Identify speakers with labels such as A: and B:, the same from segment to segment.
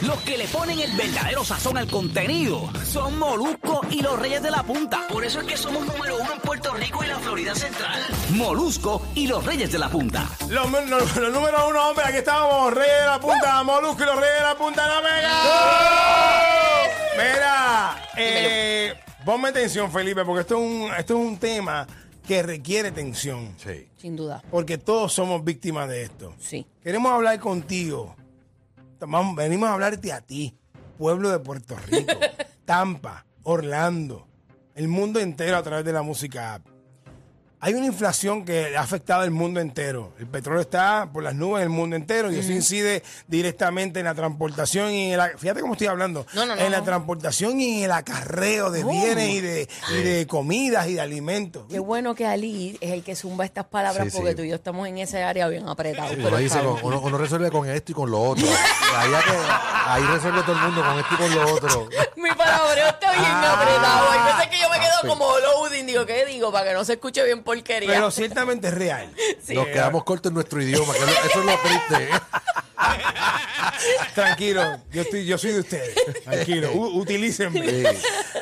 A: Los que le ponen el verdadero sazón al contenido son Molusco y los Reyes de la Punta.
B: Por eso es que somos número uno en Puerto Rico y la Florida Central.
A: Molusco y los Reyes de la Punta.
C: Los, los, los, los número uno, hombre, aquí estamos. Reyes de la Punta, Molusco y los Reyes de la Punta de la Vega. Mira, eh, ponme atención, Felipe, porque esto es un, esto es un tema que requiere tensión.
D: Sí.
E: Sin duda,
C: Porque todos somos víctimas de esto.
E: sí.
C: Queremos hablar contigo. Vamos- venimos a hablarte a ti, pueblo de Puerto Rico, Tampa, Orlando, el mundo entero a través de la música app. Hay una inflación que ha afectado al mundo entero. El petróleo está por las nubes en el mundo entero y eso incide directamente en la transportación y en la, fíjate cómo estoy hablando,
E: No, no, no,
C: en la
E: no.
C: transportación y en el acarreo de
E: Oh.
C: bienes y de, y de comidas y de alimentos.
E: Qué bueno que Ali es el que zumba estas palabras
D: Sí,
E: porque
D: sí.
E: tú y yo estamos en ese área bien apretados.
D: Sí,
E: pero
D: uno, dice
E: cabrón.
D: con- uno- uno resuelve con esto y con lo otro. Ahí, hay que- ahí resuelve todo el mundo con esto y con lo otro.
E: Mi palabreo está bien apretado. Hay veces que yo me
D: Ah,
E: quedo como loading. Digo, ¿qué digo? Para que no se escuche bien porquería.
C: Pero ciertamente es real.
D: Nos quedamos cortos en nuestro idioma. que es lo- eso es lo triste.
C: Tranquilo, yo, estoy, yo soy de ustedes. Tranquilo, u- utilícenme.
D: Sí.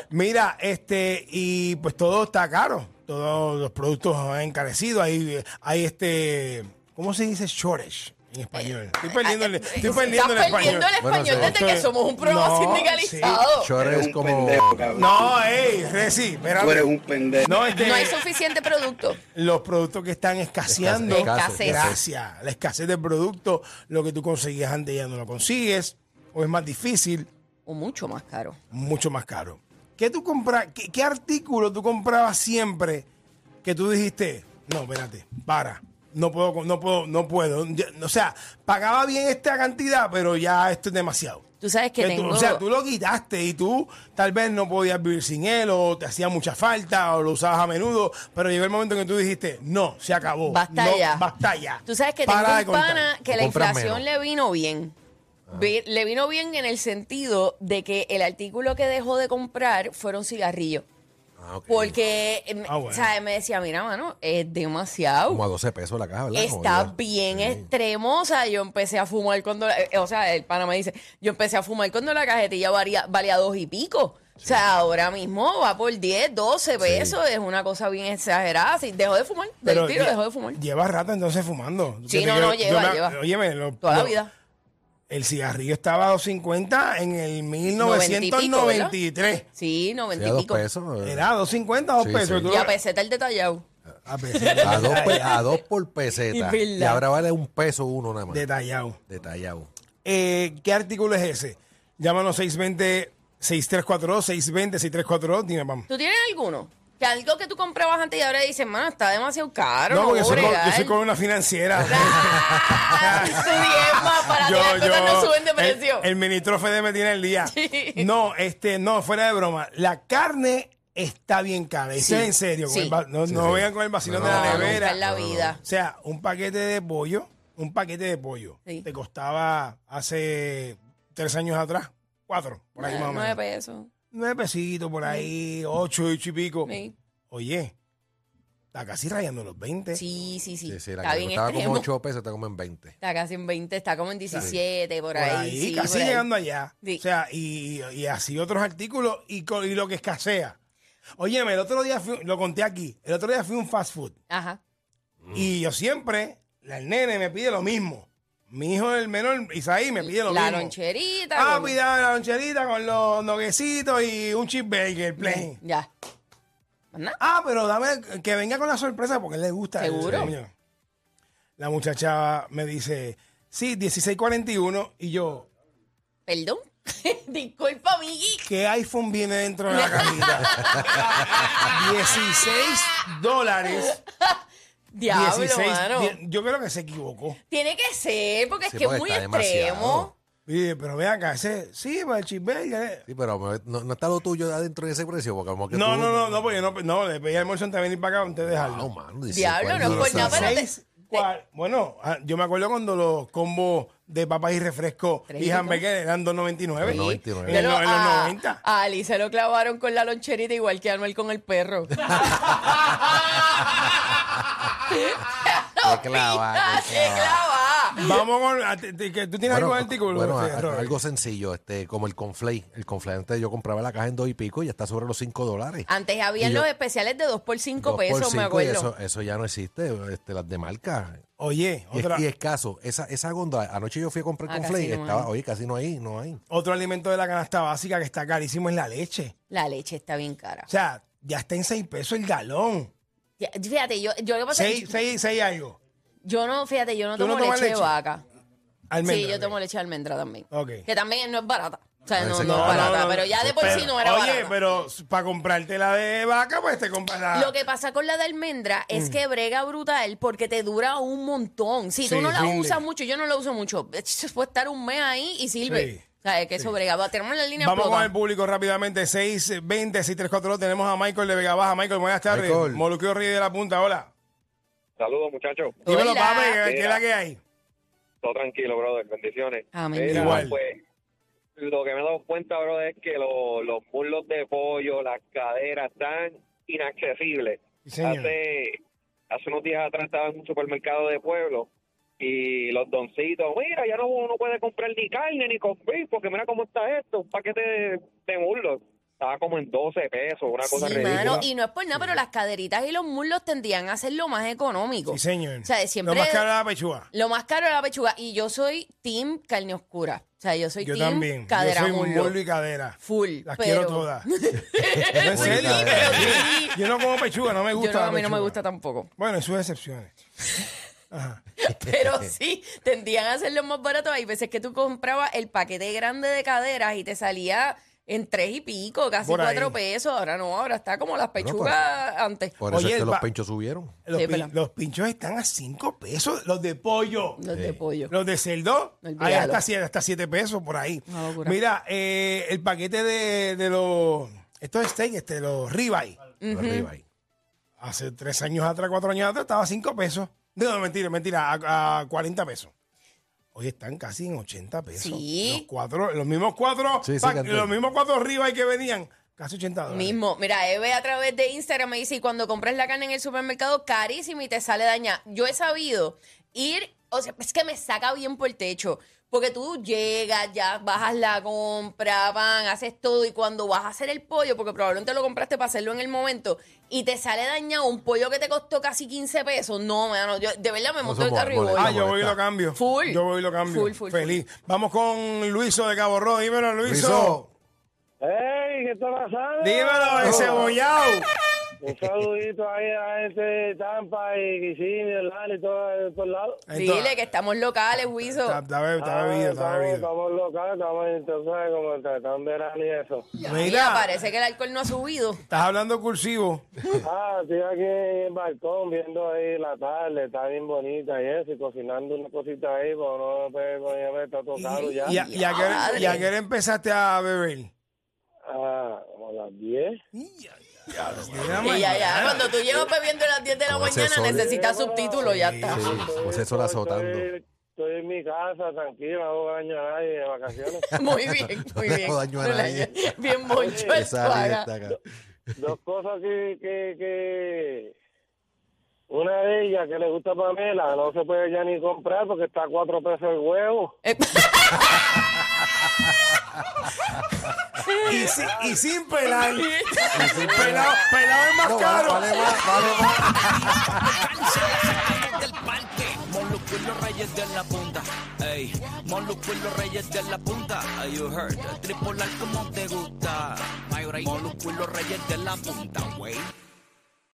C: Mira, este, y pues todo está caro. Todos los productos han encarecido. Hay, hay este, ¿cómo se dice shortage en español? Estoy perdiendo el, estoy
E: Eh, Estás
C: perdiendo el español.
E: perdiendo el español
D: Bueno, sí.
E: desde que somos un programa
C: No,
E: sindicalizado.
D: Chora es como.
C: No, ey, Reci, espérame.
F: Tú eres un pendejo.
C: No, este,
E: No hay suficiente producto.
C: los productos que están escaseando.
D: Escaso,
E: Escasez.
D: escaso.
C: Gracias. La escasez de productos, lo que tú conseguías antes ya no lo consigues. O es más difícil.
E: O mucho más caro.
C: mucho más caro. ¿Qué tú compra, qué, qué artículo tú comprabas siempre que tú dijiste, no, espérate, para, no puedo, con- no puedo, no puedo? Ya- O sea, pagaba bien esta cantidad, pero ya esto es demasiado.
E: Tú sabes que
C: Que tú-
E: tengo...
C: o sea, tú lo quitaste y tú tal vez no podías vivir sin él o te hacía mucha falta o lo usabas a menudo, pero llegó el momento en que tú dijiste, no, se acabó.
E: Basta
C: no,
E: ya.
C: Basta ya.
E: Tú sabes que
C: Para de
E: tengo un
C: contar". Ah.
E: pana que
D: O
E: la
D: compras
E: inflación
D: menos.
E: le vino bien. Vi- Le vino bien en el sentido de que el artículo que dejó de comprar fueron cigarrillos.
D: Ah, ok.
E: Porque, eh,
C: Ah, bueno.
E: ¿sabes? Me decía, mira, mano, es demasiado.
D: Como a 12 pesos la caja, ¿verdad? Como
E: Está
D: ya.
E: bien este
D: Sí.
E: extremo. O sea, yo empecé a fumar cuando. la- eh, o sea, el pana me dice, yo empecé a fumar cuando la cajetilla varía- valía dos y pico. O sea, ahora mismo va por 10, 12 pesos. Es una cosa bien exagerada. Si dejó de fumar, del
C: Pero
E: tiro
C: lle-
E: dejó de fumar.
C: Lleva rato entonces fumando.
E: Sí,
C: Que
E: no,
C: te-
E: no,
C: yo
E: lleva,
C: me-
E: lleva.
C: óyeme, lo-
E: Toda la
C: lo-
E: vida.
C: El cigarrillo estaba a 250 en el 1993.
E: Sí, 90
D: Sí, a
E: y
D: dos
E: pico.
D: pesos. eh.
C: Era 250 dos
D: Sí,
C: pesos.
D: sí.
C: tú
E: Y a
C: lo-
E: peseta pues, el detallado.
C: a peseta.
D: A dos, pe- a dos por peseta.
E: Y
D: Y ahora vale un peso uno nada más.
C: Detallado.
D: Detallado.
C: Eh, ¿Qué artículo es ese? Llámanos 620 6342 620 6342 Dime, vamos.
E: ¿Tú tienes alguno? Que algo que tú comprabas antes y ahora dices, mano, está demasiado caro.
C: No,
E: No,
C: porque
E: voy
C: soy,
E: a
C: con- yo
E: bregar".
C: soy con una financiera.
E: Ah, tu diezma para ti las cosas no suben de precio.
C: El, el ministro Fede me tiene el día. No, este, no, fuera de broma. La carne está bien cara. Y
E: Sí.
C: sea en serio. con
E: Sí.
C: el va- no no
D: sí.
C: vengan con el vacilón
D: No,
C: de la
D: no,
C: nevera.
E: nunca en la vida.
C: O sea, un paquete de pollo, un paquete de pollo,
E: Sí.
C: te costaba hace tres años atrás, cuatro, por ahí más o menos.
E: Ah, Nueve pesos.
C: Nueve pesitos por ahí, ocho, ocho y pico.
E: Sí.
C: Oye, está casi rayando los 20.
E: Sí, sí, sí.
D: Sí, sí, la
E: está
D: que
E: bien
D: costaba como
E: extremo.
D: 8 pesos, está como en 20.
E: Está casi en 20, está como en 17, por,
C: por
E: ahí.
C: ahí,
E: sí,
C: casi
E: por ahí.
C: llegando allá.
E: Sí.
C: O sea, y, y así otros artículos y, co- y lo que escasea. Óyeme, el otro día fui- lo conté aquí, el otro día fui a un fast food.
E: Ajá.
C: Y yo siempre, la- el nene me pide lo mismo. Mi hijo, el menor, Isaí, me pide lo
E: La
C: mismo.
E: loncherita.
C: Ah,
E: con-
C: cuidado, la loncherita con los noguecitos y un chip burger plain.
E: Ya. Anda.
C: Ah, pero dame que venga con la sorpresa porque a él le gusta. el
E: ¿Seguro?
C: niño. La muchacha me dice, sí, 1641. Y yo,
E: Perdón. Disculpa, amigui.
C: ¿qué iPhone viene dentro de la cajita? 16 dólares.
E: Diablo,
C: 16,
E: mano.
C: die- yo creo que se equivocó.
E: Tiene que ser, porque
D: Sí,
E: es que
D: porque
E: es muy
D: está
E: extremo.
D: demasiado.
C: Y dije, pero vean acá, ese, sí, para el chip burger. eh".
D: Sí, pero me- no, no está lo tuyo adentro de ese precio, porque como que
C: No,
D: tú-
C: no, no, no, porque yo no, no, le pedí al almuerzo antes de venir para acá, antes de
D: No,
C: dejarlo.
D: mano,
E: Diablo, no es por nada, pero- te-
C: Seis, cuar- bueno, ah, yo me acuerdo cuando los combos de papas y refresco
E: Tres
C: y
E: y ah,
C: hamburguesas eran 2.99.
D: Sí. 99.
C: En, el no- en los
E: a-
C: 90.
E: A Ali se lo clavaron con la loncherita igual que a Anuel con el perro.
D: Ah, Qué clava, qué
E: Qué clava.
C: Vamos con. a- te- te- que ¿Tú tienes algo
D: Bueno,
C: artículo?
D: bueno,
C: Sí,
D: a- a-
C: Robert.
D: algo sencillo, este, como el conflay. El conflay antes yo compraba la caja en dos y pico y ya está sobre los cinco dólares.
E: Antes habían
D: Y yo-
E: los especiales de 2 por 5
D: Dos por
E: pesos, me
D: cinco, y
E: acuerdo.
D: Eso, eso ya no existe, este, las de marca.
C: Oye,
D: Y, es,
C: otra-
D: y escaso. Esa, esa gondola, anoche yo fui a comprar
E: Ah,
D: conflay
E: casi no
D: estaba,
E: hay.
D: oye, casi no hay, no hay.
C: otro alimento de la canasta básica que está carísimo es la leche.
E: La leche está bien cara.
C: O sea, ya está en 6 pesos el galón.
E: Ya, Fíjate, yo, yo lo que pasa es
C: 6,
E: que
C: 6, 6 algo.
E: yo no, fíjate, yo no
C: ¿Tú no
E: tomo
C: tomas
E: leche, de
C: leche?
E: vaca.
C: Almendra,
E: sí, yo
C: ok.
E: tomo leche de almendra también.
C: Ok.
E: Que también no es barata. O sea,
D: No,
E: no,
D: ese-
E: no es
D: no,
E: barata,
C: no, no.
E: pero ya de por sí no era
C: Oye,
E: barata.
C: pero para comprarte la de vaca, pues te compras la.
E: Lo que pasa con la de almendra es
C: Mm.
E: que brega brutal porque te dura un montón. Si tú
C: Sí,
E: no la
C: rinde.
E: usas mucho, yo no la uso mucho. Puede estar un mes ahí y sirve.
C: Sí.
E: O sea, es que eso brega. Va, Tenemos la línea
C: Vamos con
E: explotada.
C: el público rápidamente. 620 634 Tenemos a Michael de Vega Baja. Michael, buenas tardes.
D: Michael.
C: Moluquio Reyes de la Punta, hola.
F: Saludos, muchachos.
C: Dímelo,
E: Hola.
C: papi, ¿qué- ¿qué es la que hay?
F: Todo tranquilo, brother. Bendiciones.
E: Amén.
F: Mira,
C: Igual.
F: Pues, lo que me he dado cuenta, brother, es que lo- los muslos de pollo, las caderas están inaccesibles.
C: Sí, señor.
F: Hace, hace unos días atrás estaba en un supermercado de pueblo y los doncitos, mira, ya no uno puede comprar ni carne ni con beef, porque mira cómo está esto, un paquete de, de muslos. Estaba como en 12 pesos, una cosa
E: Sí,
F: ridícula.
E: mano, y no es por nada, pero las caderitas y los muslos tendían a ser lo más económico.
C: Sí, señor.
E: O sea, de siempre.
C: Lo más caro es la pechuga.
E: lo más caro era la pechuga. Y yo soy team carne oscura. O sea, yo soy
C: Yo
E: team
C: también. Yo
E: cadera
C: soy un
E: muslo.
C: muslo y cadera.
E: Full.
C: Las
E: pero-
C: quiero todas. No, en serio.
E: pero sí.
C: Yo no como pechuga, no me
E: Yo
C: gusta.
E: no,
C: la
E: a mí no me
C: pechuga.
E: gusta tampoco.
C: Bueno, en sus excepciones.
E: Pero sí, tendían a ser los más baratos. Hay veces que tú comprabas el paquete grande de caderas y te salía en tres y pico, casi
C: Por ahí. pues,
E: cuatro pesos. Ahora no, ahora está como las
D: Bueno,
E: pechugas antes.
D: Por eso
C: Oye,
D: es que
C: el
D: los
C: ba-
D: penchos subieron.
C: Los,
E: Sí,
C: pin-
E: pela.
C: los pinchos están a 5 pesos. Los de pollo.
E: Los de pollo.
C: Los de cerdo,
E: No, olvídalo.
C: ahí hasta 7 hasta siete pesos por ahí.
E: Una locura.
C: Mira, eh, el paquete de, de los. Estos steaks, este, los ribeye.
D: Arriba ahí.
C: Hace 3 años atrás, 4 años atrás, estaba a 5 pesos. No, mentira, mentira, a, a 40 pesos. Hoy están casi en 80 pesos.
E: Sí.
C: Los, cuatro, los mismos cuatro,
D: Sí, sí,
C: pa-
D: que antes-
C: los mismos cuatro ribeye que venían, casi 80 dólares.
E: Mismo, mira, Eve a través de Instagram me dice, y cuando compras la carne en el supermercado, carísima y te sale dañada. Yo he sabido ir, o sea, es que me saca bien por el techo, porque tú llegas, ya bajas la compra, van, haces todo, y cuando vas a hacer el pollo, porque probablemente lo compraste para hacerlo en el momento, y te sale dañado un pollo que te costó casi 15 pesos, no, mano, yo de verdad me
D: No
E: montó el
D: somos
E: carro y voy.
D: árboles.
C: Ah, yo voy y lo
D: molesta.
C: cambio.
E: Full.
C: Yo voy y lo cambio.
E: Full, full,
C: Feliz. Vamos con Luiso de Cabo Rojo. Dímelo, Luiso.
D: Luiso,
G: ¡Ey! ¿Qué está pasando?
C: Dímelo, ese bollao.
G: Un saludito ahí a la gente de Tampa y Kissimmee, Orlando y todo, todos lados.
E: Dile que estamos locales, Wiso.
C: Está, está bebido,
D: Ah,
C: está bebido, está
G: estamos,
C: bebido.
G: estamos locales, estamos entonces como está, está en verano y eso.
E: Mira,
C: Mira,
E: parece que el alcohol no ha subido.
C: estás hablando cursivo.
G: Ah, estoy aquí en el balcón viendo ahí la tarde, está bien bonita y eso, y cocinando una cosita ahí, pero no pues, con ella me está tocando ya.
C: ¿Y a, y a qué hora- y a qué hora empezaste a beber?
G: Ah, como a las 10.
E: Y ya, ya, cuando tú llevas bebiendo a las 10 de la
D: Con ese
E: mañana,
D: sol.
E: necesitas subtítulos, ya está.
D: Sí, pues eso la azotando.
G: Estoy, estoy en mi casa, tranquilo, no hago daño a nadie de vacaciones.
E: Muy bien, muy
D: le
E: bien.
D: hago daño a nadie.
E: Bien boncho el
D: esa área
E: paga.
D: está acá.
G: dos cosas que, que, que una de ellas que le gusta a Pamela no se puede ya ni comprar porque está a cuatro pesos el huevo
E: Eh,
C: Y, si- y sin pelar. pelado, pelado es más
D: No, vale,
C: caro.
D: vale más, vale más.
A: Cansa la saca del parque. Molusco y los reyes de la punta. Ey, Molusco y los reyes de la punta. Ay, you heard. Tripolar como te gusta. Molusco y los reyes de la punta, wey.